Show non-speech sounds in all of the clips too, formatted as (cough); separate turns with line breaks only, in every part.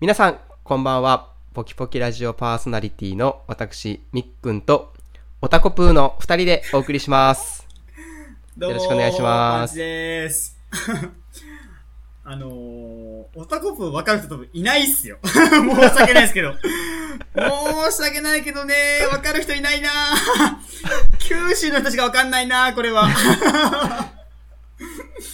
皆さん、こんばんは。ポキポキラジオパーソナリティの私、みっくんと、おたこぷーの二人でお送りします。
どうもー
よろしくお願いします
パンチです。 (laughs) あのー、オタコプ分かる人多分いないっすよ。 (laughs) 申し訳ないですけど。申し訳ないけどねー、分かる人いないな (laughs) ー。九州の人しか分かんないなー、これ
(laughs)
は。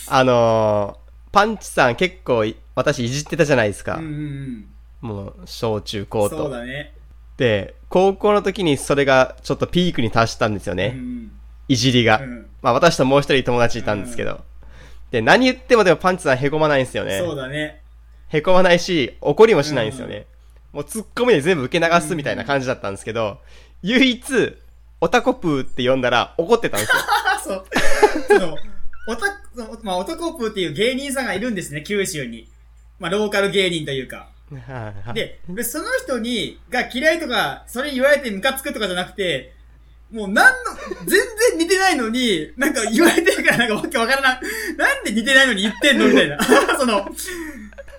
あのー、パンチさん結構い私いじってたじゃないですか。
うんうん
もう、小中
う
高
ん。そう
と。
だね。
で、高校の時にそれがちょっとピークに達したんですよ
う
ね。
ん
いじり
う
が。
ん。
まあ私ともう一人友達いたんですけど。で、何言ってもでもパンチさんへこまないんですよね。
そうだね。 (laughs)
へこまないし、怒りもしないんですよね。もう突っ込みで全部受け流すみたいな感じだったんですけど、唯一、オタコプーって呼んだら怒ってたんですよ。
あ、そう。 (laughs) その、オタ、そのまあ、オタコプっていう芸人さんがいるんですね、九州に。まあ、ローカル芸人というか。
はいはい
で、でその人に、が嫌いとか、それ言われてムカつくとかじゃなくて、もうなんの、全然似てないのに、なんか言われてるからなんかわけわからな、なんで似てないのに言ってんのみたいな。 (laughs) その、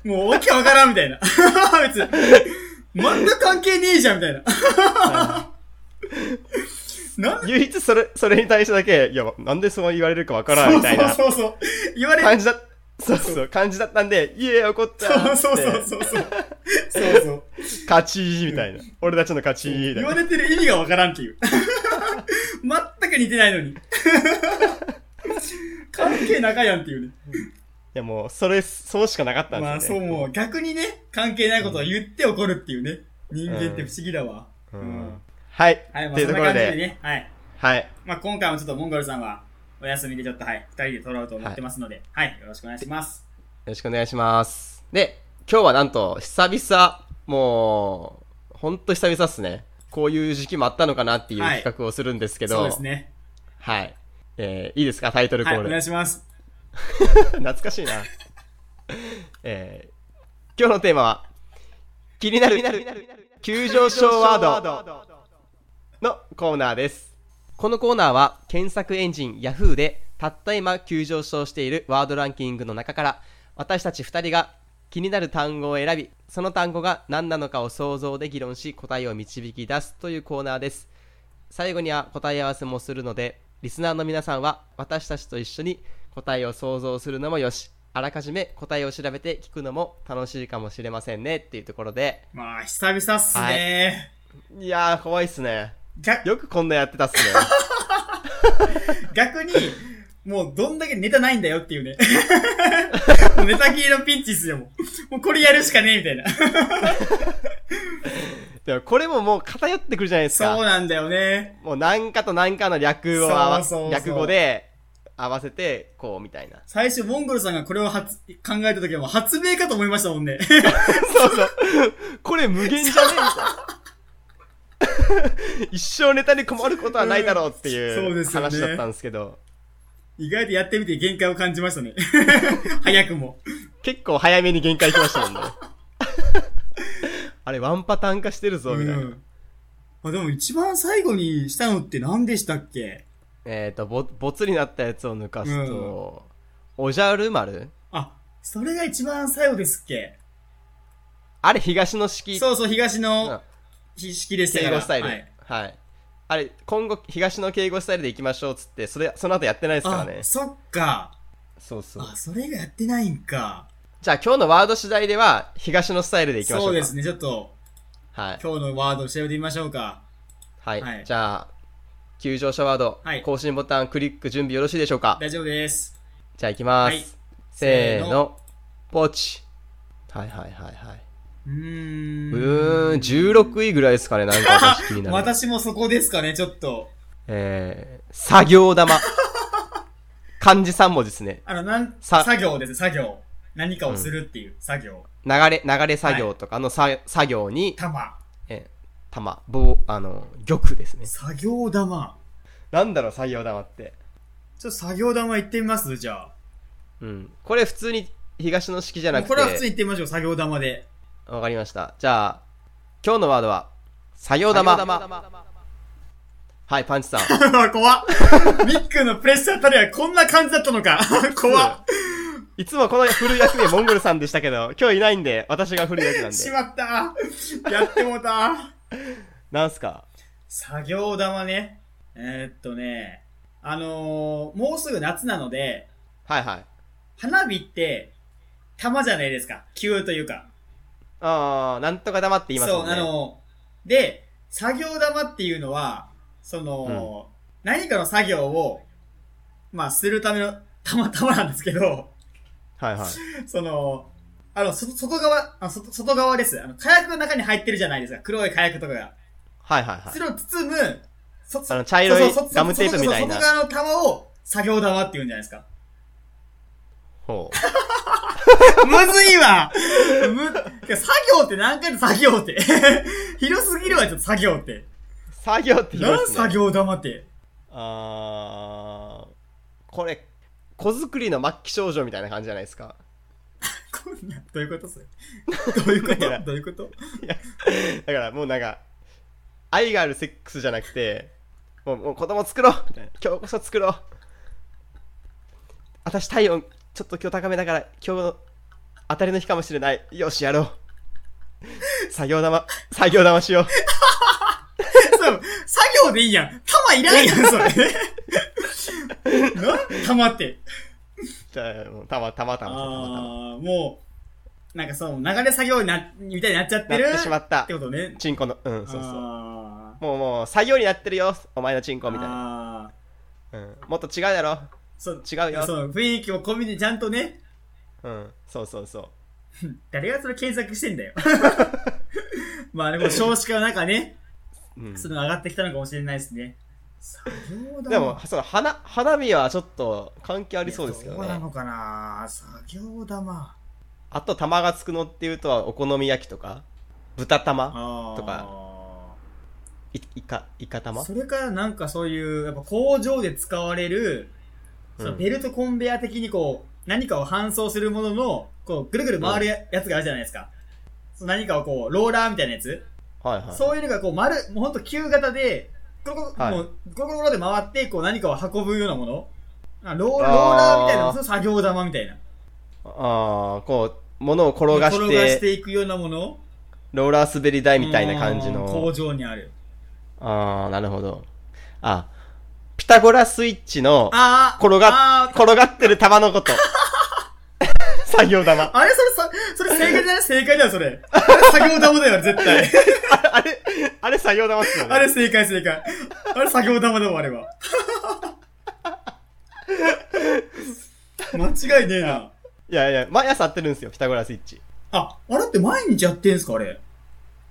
もうわけわからんみたいな。 (laughs) 別に。全く関係ねえじゃんみたいな。 (laughs) なんで
唯一それ、それに対してだけ、いや、なんでそう言われるかわからんみたいな
そうそうそうそう。言われ
感じだ、そうそう、感じだったんで、いえ、怒ったーって。
そうそうそうそう。そうそう。
勝ちーみたいな。俺たちの勝ちーみたい
言
な
わ。れてる意味がわからんっ
(laughs)
ていう。全く似てないのに。関係仲やんっていうね。
いやもう、それ、そうしかなかったん
まあ
です
そ
よ
う
ね。
もう逆にね、関係ないことを言って怒るっていうね。人間って不思議だわ。
う
うん
んはい。
はい、ま
っ
あ
てい
そ
うんと
な
ころ
感じ
で
でね。はい。
はい。
まあ今回もちょっとモンゴルさんはお休みでちょっとはい、二人で撮ろうと思ってますので、はい、よろしくお願いします。
よろしくお願いします。で、今日はなんと、久々、もう、ほんと久々っすね。こういう時期もあったのかなっていう
はい
企画をするんですけど、
そ
は
う
い。
ですね。
えーいいですか、タイトルコ
はい、
ー
お
ル。
願いします。
(laughs) 懐かしいな。えー今日のテーマは、気になる、急上昇ワードのコーナーです。このコーナーは、検索エンジン Yahoo で、たった今急上昇しているワードランキングの中から、私たち2人が気になる単語を選び、その単語が何なのかを想像で議論し、答えを導き出すというコーナーです。最後には答え合わせもするのでリスナーの皆さんは私たちと一緒に答えを想像するのもよしあらかじめ答えを調べて聞くのも楽しいかもしれませんねっていうところで
まあ久々っすね。
いやー怖いっすね
逆
よくこんなやってたっすね (laughs)
逆に、もうどんだけネタないんだよっていうね。 (laughs) もうネタ切りのピンチっすよ、もう。もうこれやるしかねえみたいな。
でもこれももう偏ってくるじゃないです
そう
か
なんだよね。
もう何かと何かの略を合わ
そうそうそう
略語で合わせてこうみたいな
最初、モンゴルさんがこれを発考えた時はもう発明かと思いましたもんね。 (laughs)
そうそうこれ無限じゃねえみたいな一生ネタに困ることはないだろうって
うんそう
い
で
う
すよね
話だったんですけど
意外とやってみて限界を感じましたね。 (laughs) 早くも。
結構早めに限界来ま
(laughs)
したもんね。あれ、ワンパターン化してるぞ、みたいな。
んあでも一番最後にしたのって何でしたっけ
えっ、と、ぼ、ボツになったやつを抜かすと、おじゃる丸
あ、それが一番最後ですっけ
あれ、東の式。
そうそう、東
うん
のひ式でしたか
敬
ら。
語スタイル。
は
はいい。あれ、今後、東の敬語スタイルで行きましょうっつって、それ、その後やってないですから
あ
ね、。
そっか。
そうそう。
あ、それがやってないんか。
じゃあ今日のワード次第では、東のスタイルで行きましょうか。
そうですね、ちょっと、
はい。
今日のワードを調べてみましょうか。
はい。
はい
じゃあ、急上昇ワード、
はい
更新ボタンクリック準備よろしいでしょうか
大丈夫です。
じゃあ行きます。
はい
せー
せー
の、ポチ。はいはいはいはい。
うーん。
うーん、16位ぐらいですかね、なんか私気になる。
(laughs) 私もそこですかね、ちょっと。
えー、作業玉。漢字3文字ですね。
あの、なん、
さ
作業ですね、作業。何かをするっていう、作業。
流れ、流れ作業とかのさ、作業に、
玉。
えー、玉、棒、あの、玉ですね。
作業玉。
なんだろう、作業玉って。
ちょっと作業玉行ってみますじゃ
うん。これ普通に東の式じゃ
あ。
なくて。
これは普通に行ってみましょう、作業玉で。 (laughs)
わかりました。じゃあ、今日のワードは、作業玉。はい、パンチさん。
(laughs) (laughs) 怖っ。ミックのプレッシャーたるやこんな感じだったのか。怖っ。
いつもこの古い役名モンゴルさんでしたけど、今日いないんで、私が古い役なんで。
しまったやってもうた
なんすか
作業玉ね。えーっとね、あのー、もうすぐ夏なので、
はいはい。
花火って、玉じゃないですか。球というか。
あー、なんとか黙って言います
そ
も
う、
んね。
あのー、で、作業玉っていうのは、その、何かの作業を、まあ、するための玉玉なんですけど、
はいはい。
その、あの、そ外側、あ外外側です。あの、火薬の中に入ってるじゃないですか。黒い火薬とかが。
はいはいはい
そ。れを包む、そ
あの、茶色い
そうそう
ガムテープみたいな
そう。そう外側の玉を作業玉って言うんじゃないですか。
ほう。
むずいわむ、いや作業って何回も作業って。 (laughs) 広すぎるわ、ちょっと作業って。
作業って言いま
何
すね
作。業玉って。 (laughs)
あー、これ、子作りの末期少女みたいな感じじゃないですか。
こんなどういうことそれ。どういうこ
いや
とどういうこと
だからもうなんか、愛があるセックスじゃなくて、もうもう子供作ろうみたいな今日こそ作ろう私体温、ちょっと今日高めだから、今日の当たりの日かもしれない。よし、やろう。作業玉、作業玉しよう。
そう、作業でいいやん。玉いらんやん、
(laughs)
それ。なん玉って。
じゃあ、もうたまたまたまたまたま。
あー、もう、なんかその流れ作業にな、みたいになっちゃってる
なってしまった
ってことね。
チンコの、うん、そうそう。
あ
もうもう、作業になってるよ、お前のチンコ
ー
みたいな。う
あー
ん、もっと違うだろ。
そう
違うよ
その雰囲気も込みでちゃんとね、
うん、そうそうそう。
誰がそれ検索して
(laughs)
んだよ。まあでも少子化の中ね、
うん、
その上がってきたのかもしれないですね。作業だ
でも、その花、花火はちょっと関係あ
あ
りそうですけど
そうな
ね。
のかな作業玉。
あと、玉がつくのっていうとは、お好み焼きとか、豚玉、
あー
といイカ、イカ玉
それからなんかそういう、やっぱ工場で使われる、
う
そ
ん
のベルトコンベヤー的にこう、何かを搬送するものの、こう、ぐるぐる回るややつがあるじゃないですか。そう何かをこう、ローラーみたいなやつ
はいはい。
そういうのがこう丸、もうほんと球型で、ゴロゴロ、
はい
もうゴロゴロで回って、こう何かを運ぶようなものあローロー
あー
ラーみたいな、その作業玉みたいな。
ああ、こう、物を転がして、
いくようなもの
ローラー滑り台みたいな感じ
うん
の。
工場にある。
ああ、なるほど。あ、ピタゴラスイッチの、
ああ
転が
あ
っ、転がってる玉のこと。 (laughs) 作業玉。
あれそれさ、それ正
(laughs)
解だね正解だよ、それ。あれ作業玉だよ、絶対。
ああれ、あれ作業玉っすよね。
あれ正解正解。あれ作業玉だもん、あ
(laughs)
れは。間違いねえな。
いやいや、毎朝やってるんですよ、ピタゴラスイッチ。
あ、あれって毎日やってんすか、あれ。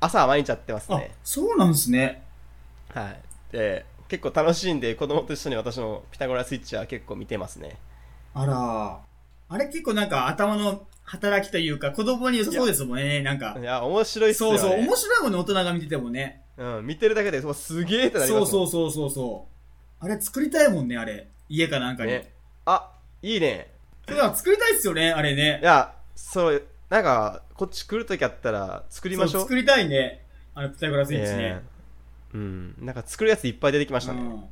朝は毎日やってます
あ
ね。、
そうなんすね。
はい。で、結構楽しいんで、子供と一緒に私のピタゴラスイッチは結構見てますね。
あらあれ結構なんか頭の働きというか、子供に良さそうですもんね、なんか
い。や、面白いっすよ
そ
ね。
うそう、面白いもんね、大人が見ててもね。
うん、見てるだけで、うわすげえってなります
そうそううそうそうそう。あれ作りたいもんね、あれ。家かなんかに。
ね。あ、いいね。
それは作りたいっすよね、あれね
い。や、そう、なんか、こっち来るときあったら、作りまし
そ
ょう。
う作りたいね。あの、ピタゴラスイッチ
え
ね。
えうん。なんか作るやついっぱい出てきましたね。
うん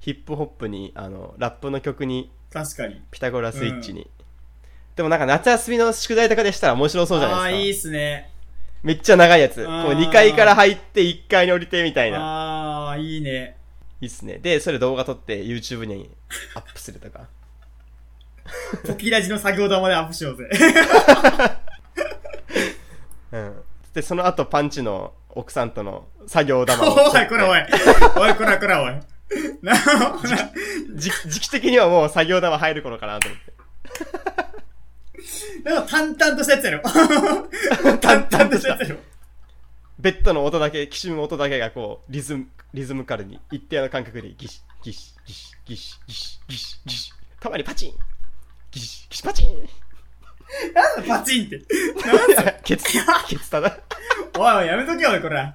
ヒップホップに、あの、ラップの曲に、
確かに。
ピタゴラスイッチに。でもなんか夏休みの宿題とかでしたら面白そうじゃ
あ
な
あ
いですか。
ー、いいっすね。
めっちゃ長いやつ。こう
あー
2階から入って1階に降りてみたいな。
ああ、いいね。
いいっすね。で、それ動画撮って YouTube にアップするとか。
ポキラジの作業玉でアップしよう
(laughs)
ぜ。
うん。で、その後パンチの奥さんとの作業玉を。
(laughs) おい、
(laughs)
こらおい。おい、こらこらおい。な、な、
じ時期的にはもう作業玉入る頃かなと思って。
なんか淡々としたや
(laughs)
つやろ。淡々としたやつやろ。
ベッドの音だけ、きしむ音だけがこう、リズム、リズムカルに、一定の感覚で、ギシ、ギシ、ギシ、ギシ、ギシ、ギシ、ギシ、たまにパチンギシ、ギシ、パチン
なんだパチンって。
ケツ、ケツだな。
おいおい、やめとけよ、おい、こら。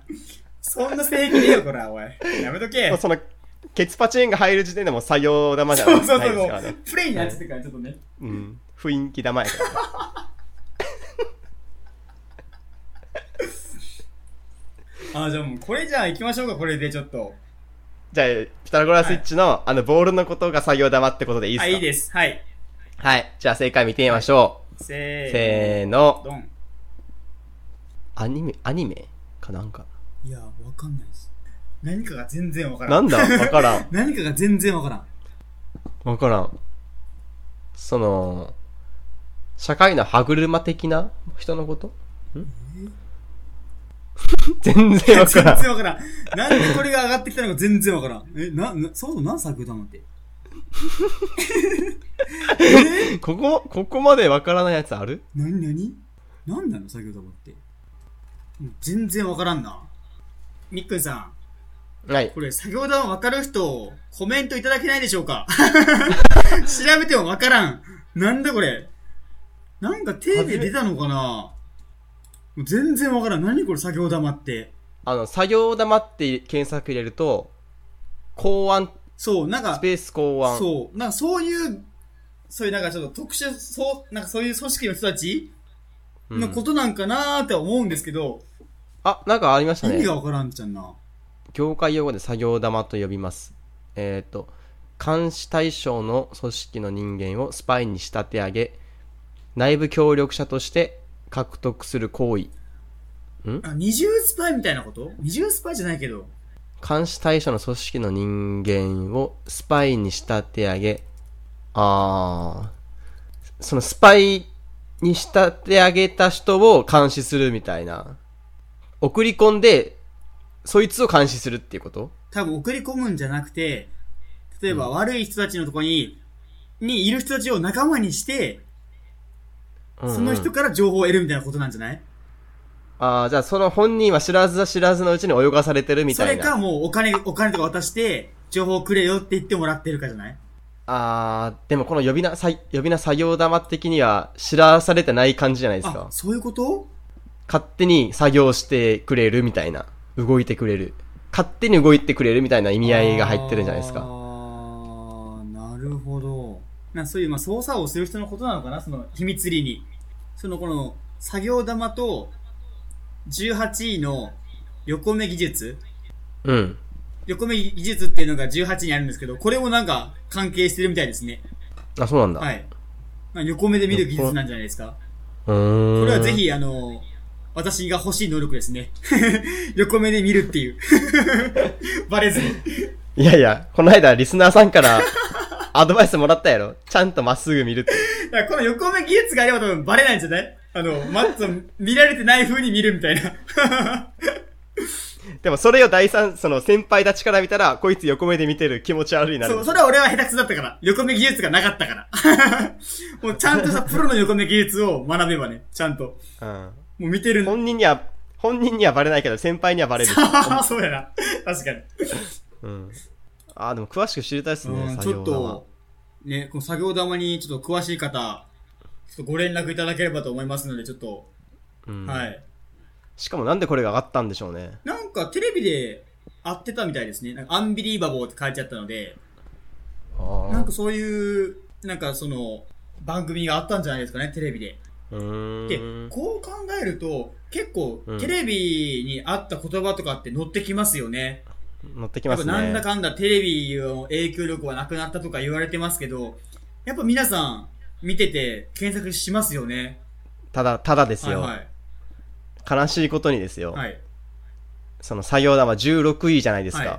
そんな正義ねえよ、こら、おい。やめとけ。
もうその、ケツパチンが入る時点でもう作業玉じゃな
そ
いう
そう
ない
そう。
です
も
から
う
ね。
プレイになっちゃってから、ちょっとね。
うん。雰囲気玉やからね。
あ、じゃあもう、これじゃあ行きましょうか、これでちょっと。
じゃあ、ピタゴラスイッチの、あの、ボールのことが作業玉ってことでいいです
あ、
か
いいです。はい。
はい。じゃあ正解見てみましょう。
せ
せー
ー
の。
どん。
アニメ、アニメかなんか。
いや、わかんないです。何かが全然わから。
なんん
(laughs)
だわからん。
何かが全然わからん。
わからん。その、社会の歯車的な人のことん (laughs) 全然わか
全然
らん。
わからん。なんでこれが上がってきたのか全然わからん。え、な、な、そもそも何作だなんて。
ここ、ここまでわからないやつある
なになになんなの作業玉って。もう全然わからんな。みっくんさん、
はい。
これ作業玉わかる人、コメントいただけないでしょうか (laughs) 調べてもわからん。なんだこれ。なんか手で出たのかなもう全然わからん。何これ作業玉って。
あの、作業玉って検索入れると、公安、
そう、なん
ス
か、
ペース公安。
そう、なんかそういう、そういうなんかちょっと特殊、そう、なんかそういう組織の人たち
うん
のことなんかなーって思うんですけど、
あ、なんかありました
意味
ね。
がわからんじゃんな。
業界用語で作業玉と呼びます。えっ、と、監視対象の組織の人間をスパイに仕立て上げ、内部協力者として獲得する行為。
あ二重スパイみたいなこと二重スパイじゃないけど。
監視対象の組織の人間をスパイに仕立て上げ、あー、そのスパイに仕立て上げた人を監視するみたいな。送り込んで、そいつを監視するっていうこと
多分送り込むんじゃなくて、例えば悪い人たちのとこに、にいる人たちを仲間にして、その人から情報を得るみたいなことなんじゃない、
ああ、じゃあその本人は知らずは知らずのうちに泳がされてるみ
そ
た
れ
いな。
かもうお金、お金とか渡して、情報をくれよって言ってもらってるかじゃない
ああ、でもこの呼びな、さい呼びな作業玉的には知らされてない感じじゃないです
あ
か、。
そういうこと
勝手に作業してくれるみたいな。動いてくれる。勝手に動いてくれるみたいな意味合いが入ってるんじゃないです
あ
か。
ーなるほど。なそういう、まあ、操作をする人のことなのかなその秘密裏に。その、この、作業玉と、18位の横目技術
うん。
横目技術っていうのが18にあるんですけど、これもなんか関係してるみたいですね。
あ、そうなんだ。
はい。まあ、横目で見る技術なんじゃないですか。
うーん。
これはぜ。ひ、あの、私が欲しい能力ですね。 (laughs) 横目で見るっていう。 (laughs) バレずに。
いやいや、この間リスナーさんから (laughs) アドバイスもらったやろ。ちゃんとまっすぐ見るって。
(laughs) だからこの横目技術があれば多分バレないんじゃないあの、マッツン見られてない風に見るみたいな。
でもそれを第三、その先輩たちから見たら、こいつ横目で見てる気持ち悪いなる
そう、それは俺は下手くそだったから。横目技術がなかったから。 (laughs) もうちゃんとしたプロの横目技術を学べばね、ちゃんと。
うん。
もう見てるんだ。
本人には、本人にはバレないけど、先輩にはバレる。
(laughs) そうやな。確かに。
うん。あーでも詳しく知りたいですね、
うん、
作
ちょ
業
っ
場は
と。、ね、この作業玉にちょっと詳しい方、ちょっとご連絡いただければと思いますので、ちょっと、
うん
はい。
しかもなんでこれが上がったんでしょうね。
なんかテレビで会ってたみたいですね。なんかアンビリーバボーって書いてあったので、
あ
なんかそういう、なんかその、番組があったんじゃないですかね、テレビで。
うー
で、
ん。
こう考えると、結構
うん、
テレビにあった言葉とかって乗ってきますよね。
乗ってき
や
ま
っぱ
す
なん
ね
だ。かんだテレビの影響力はなくなったとか言われてますけど、やっぱ皆さん、見てて検索しますよね。
ただ、ただです
はい
よ。
はい。
悲しいことにですよ。
はい。
その作業玉16位じゃないですか。
は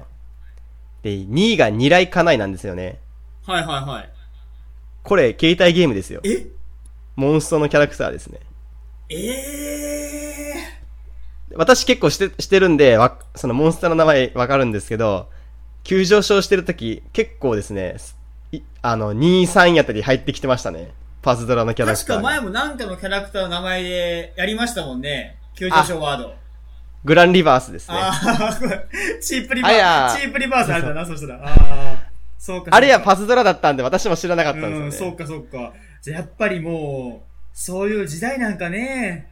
い
で、2位が二来家内なんですよね。
はいはいはい。
これ、携帯ゲームですよ。
え
モンストのキャラクターですね。
え
私結構して、してるんで、わ、そのモンスターの名前わかるんですけど、急上昇してるとき、結構ですね、すいあの、2、3位あたり入ってきてましたね。パズドラのキ
ー、
ャラク
確
タ
か
ーが。
前もなんかのキャラクターの名前でやりましたもんね。急上昇ワード。
グランリバースですね。あ
ああ、これチープリバ
あや
ース、チープリバースあれだな、そしたら。ああ、そうか。
れは
ッ
パズドラだったんで、私も知らなかったん
う
で
ん、
すよね
そう。か、そうか。じゃあやっぱりもう、そういう時代なんかね。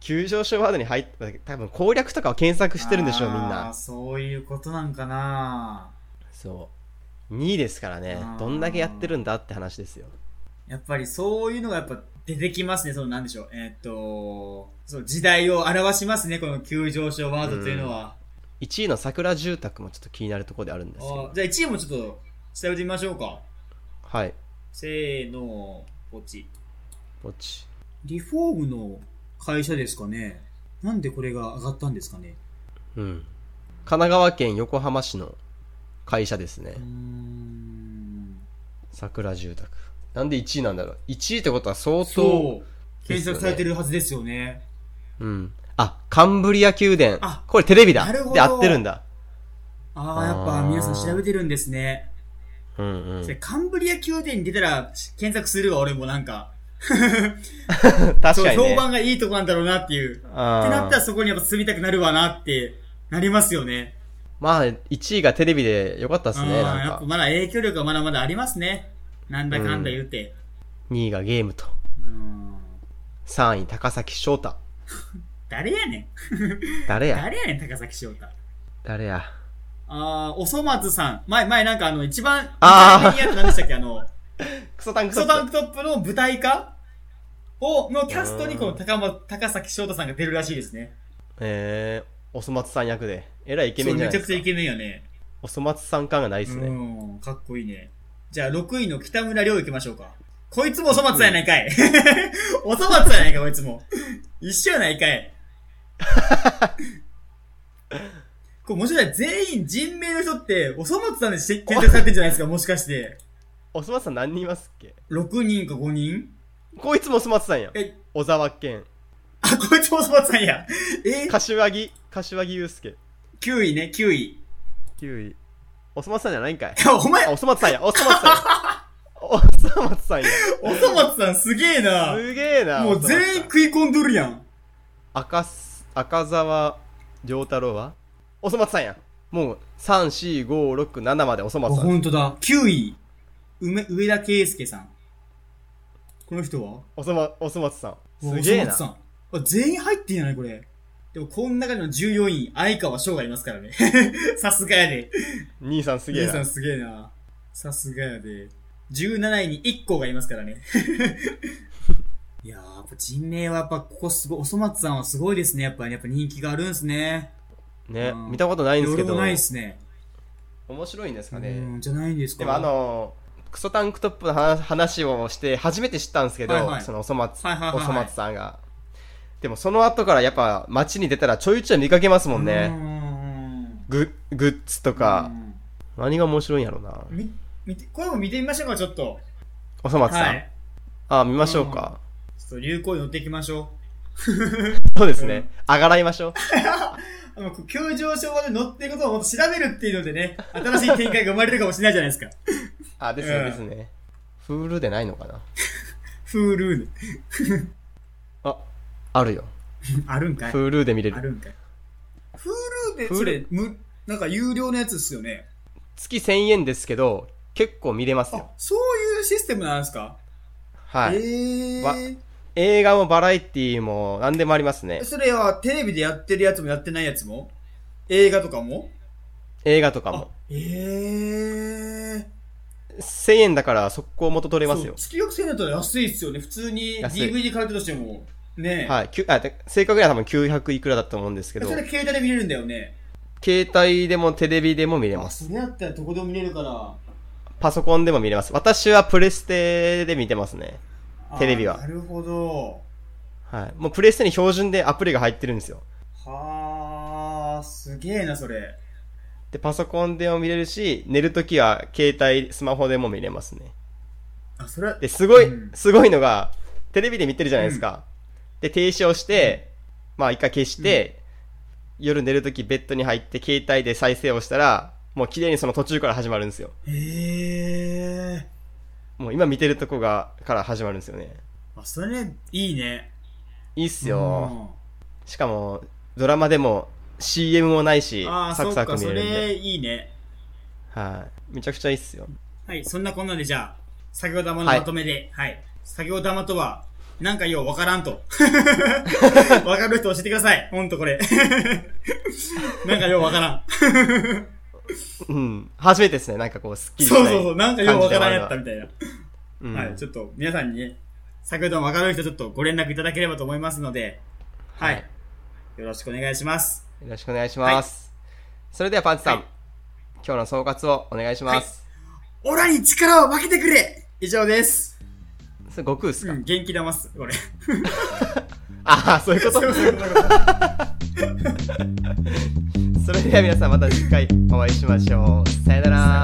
急上昇ワードに入って、多分攻略とかを検索してるんでしょう、みん
あー
な。
そういうことなんかな。
そう。2位ですからね
あー。
どんだけやってるんだって話ですよ。
やっぱりそういうのがやっぱ出てきますね、そのなんでしょう。えーっと、その時代を表しますね、この急上昇ワードというのは。
1位の桜住宅もちょっと気になるところであるんですけ
あ
ど。
ーじゃあ1位もちょっと調べてみましょうか。
はい。
せーの、ポチ。
ポチ。
リフォームの会社ですかねなんでこれが上がったんですかね
うん。神奈川県横浜市の会社ですね
うー。ん。
桜住宅。なんで1位なんだろう。1位ってことは相当。
そう。検索されてるはずですよね。
うん。あ、カンブリア宮殿
あ。
これテレビだ。
なるほど
で、合ってるんだ。
ああ、やっぱ皆さん調べてるんですね。
うんう
それ
ん。
カンブリア宮殿に出たら検索するわ、俺もなんか。
(laughs) 確かに
そう評
ね。
判がいいとこなんだろうなっていう。って
あ
なったら
ー
そこにやっぱ住みたくなるわなって、なりますよね。
まあ、1位がテレビでよかったっす
あ
ね、
ー
なん
やっぱ
か。
まだ影響力がまだまだありますね。なんだかんだ言うて。
2位がゲームと。
うん
3位、高崎翔太。
誰やねん。
誰や
誰やねん、高崎翔太。
誰や
あー、おそ松さん。前、前なんかあの、一番、
あー
一番目にやった何でしたっけ、
(laughs)
あの、
クソタンク
クソ
ソ
タ
タ
ン
ン
クトップの舞台化を、のキャストにこの高松、高崎翔太さんが出るらしいですね。
えー、おそ松さん役で。えらいイケ
そ
メ
う
ンじゃな
めち
い
ゃ
で
くちゃイ
すか。
ケメンやね。
おそ松さん感がないっす
う
ね。
ん、かっこいいね。じゃあ、6位の北村亮行きましょうか。こいつもおそ松やな
(laughs)
いかい。おそ松やないか、こいつも。一緒やない
(laughs)
かい。これもしかしたら全員人名の人って、おそ松さんでし検索されてんじゃないですか、もしかして。
おそ松さん何人いますっけ
6人か5人
こいつもおそ松さんや。
え、
小沢健。
あ、こいつもおそ松さんや。え、
柏木、柏木祐介。
9位ね、9位。
9位。おそ松さんじゃないんかい。
お前
あ、、おそ松さんや。おそ松さん
(laughs)
や。おそ松さんや。
おそ松さんすげえな。
すげえな。
も
お
う
そ松さん
全員食い込んどるやん。
赤す、赤沢良太郎はおそ松さんや。もう、3、4、5、6、7までおそ
あ、
松さんで
ほ
す。
んとだ。9位。梅、上田圭介さん。この人は
おそま、おそ松さん。
うわ
すげえ
お
な
そ。松さん。あ、全員入ってんじゃないこれ。でも、この中の14位、相川翔がいますからね。 (laughs) さすがやで。
兄さんすげえ
兄さ。
なん
すげえな。さすがやで。17位に1個がいますか
(laughs)
らね。いやー、やっぱ人名はやっぱここすごい、おそ松さんはすごいですね。やっぱり、やっぱ人気があるんですね。
ね
う、ん
見たことないんですけ
俺
ど
も。ないですね。
面白いんですか
う
ね。
ん、じゃないんですか。
でもあのー、クソタンクトップの話話をして初めて知ったんですけど、
はいはい
そのおそ松、
はいはいはいはい
おそ松さんが。でもその後からやっぱ街に出たらちょいちょい見かけますもんね。
ね。
ググッズとか、何が面白いんやろうな。
み、見て、これも見てみましょうか、ちょっと。
おそ松さん。
はい。
あ、見ましょうか。
ちょっと流行に乗っていきましょ
そうですね。
うん
上がらいましょう。
う。あの、こう急上昇まで乗ってることをもっと調べるっていうのでね、新しい展開が生まれるかもしれないじゃないですか。
あ、です
うん
ね、ですね。フールでないのかな。
フールーヌ。
あ、あるよ。
(laughs) あるんかい
フールで見れ
あ
る。
るんかい。フールー
フー
ヌそれ、む、なんか有料のやつですよね。
月1000円ですけど、結構見れます
あ
よ。、
そういうシステムなんですか
はい。
ええ
わ
ー。
映画もバラエティも何でもありますね
え。それはテレビでやってるやつもやってないやつも映画とかも
映画とかも。
ええー。
1000円だから速攻元取れますよ
そう。月額1000円だったら安いっすよね。普通に
安い
DVD 借りたとしても。ねえ。
はい。きゅあで正確には多分900いくらだったと思うんですけど
そ、れ携帯で見れるんだよね。
携帯でもテレビでも見れ
あ、
ます。
それだったらどこでも見れるから。
パソコンでも見れます。私はプレステで見てますね。
あー
テレビは
なるほど。
はい。もうプレステに標準でアプリが入ってるんですよ。
はあ、すげえな、それ。
で、パソコンでも見れるし、寝るときは携帯、スマホでも見れますね。
あ、それは
で、すごい、
うん
すごいのが、テレビで見てるじゃないですか。で、停止をして、まあ一回消して、夜寝るときベッドに入って携帯で再生をしたら、もう綺麗にその途中から始まるんですよ。
へえ。
もう今見てるとこが、から始まるんですよね。
あ、それいいね。
いいっす
う
よ。
ん
しかも、ドラマでも CM もないし、
ああ、
サ
そ
ク
っ
サク
か、
見
そ
れるんで。
れいいね。
はい。めちゃくちゃいいっすよ。
はい、そんなこんなでじゃあ、作業玉のまとめで、はい。作業玉とは、なんかようわからんと。
(laughs)
わかる人教えてください。ほんとこれ。 (laughs) なんかようわからん。
うん。初めてですね。なんかこう、スッキリし
そう
な
そう
い
そう、なんかようわからんやったみたいな。
うん。
はい、ちょっと皆さんにね、作業玉わかる人ちょっとご連絡いただければと思いますので、はい。
はい
よろしくお願いします。
よろしくお願いします。それではパンチさん、
はい
今日の総括をお願いします。
オラに力を分けてくれ以上です。
それ悟空っす
う
か、
ん、元気玉っす、これ。
ああ、そういうこ
(laughs) そ
と
うそうそうそう
それでは皆さんまた次回お会いしましょう。さよなら。